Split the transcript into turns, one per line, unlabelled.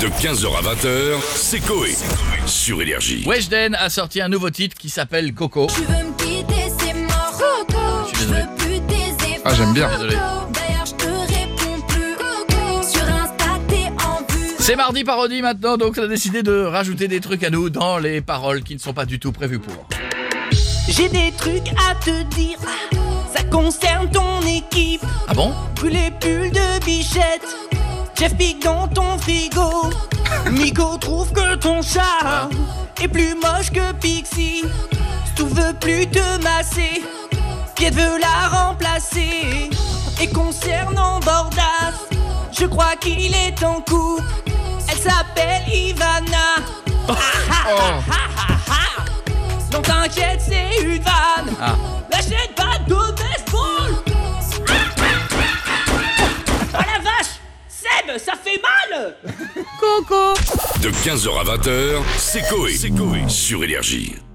De 15h à 20h, c'est Coé. Sur Énergie.
Weshden a sorti un nouveau titre qui s'appelle Coco.
Tu veux me quitter, c'est mort. Coco,
Je suis
je
désolé.
veux plus tes efforts.
Ah, j'aime bien.
Coco.
Désolé.
D'ailleurs, je te réponds plus. Coco, sur Insta, t'es en vue.
C'est mardi parodie maintenant, donc on a décidé de rajouter des trucs à nous dans les paroles qui ne sont pas du tout prévues pour.
J'ai des trucs à te dire, ça concerne ton équipe.
Ah bon
Brûler pull de bichette, Jeff Pic dans ton frigo. Nico trouve que ton chat est plus moche que Pixie. Tout veut plus te masser, Piet veut la remplacer. Et concernant Bordas, je crois qu'il est en couple. Elle s'appelle Ivana. Non t'inquiète, c'est une vanne.
Ah.
N'achète pas de baseball. Oh la vache Seb, ça fait mal
De 15h à 20h, c'est Coé. Sur Énergie.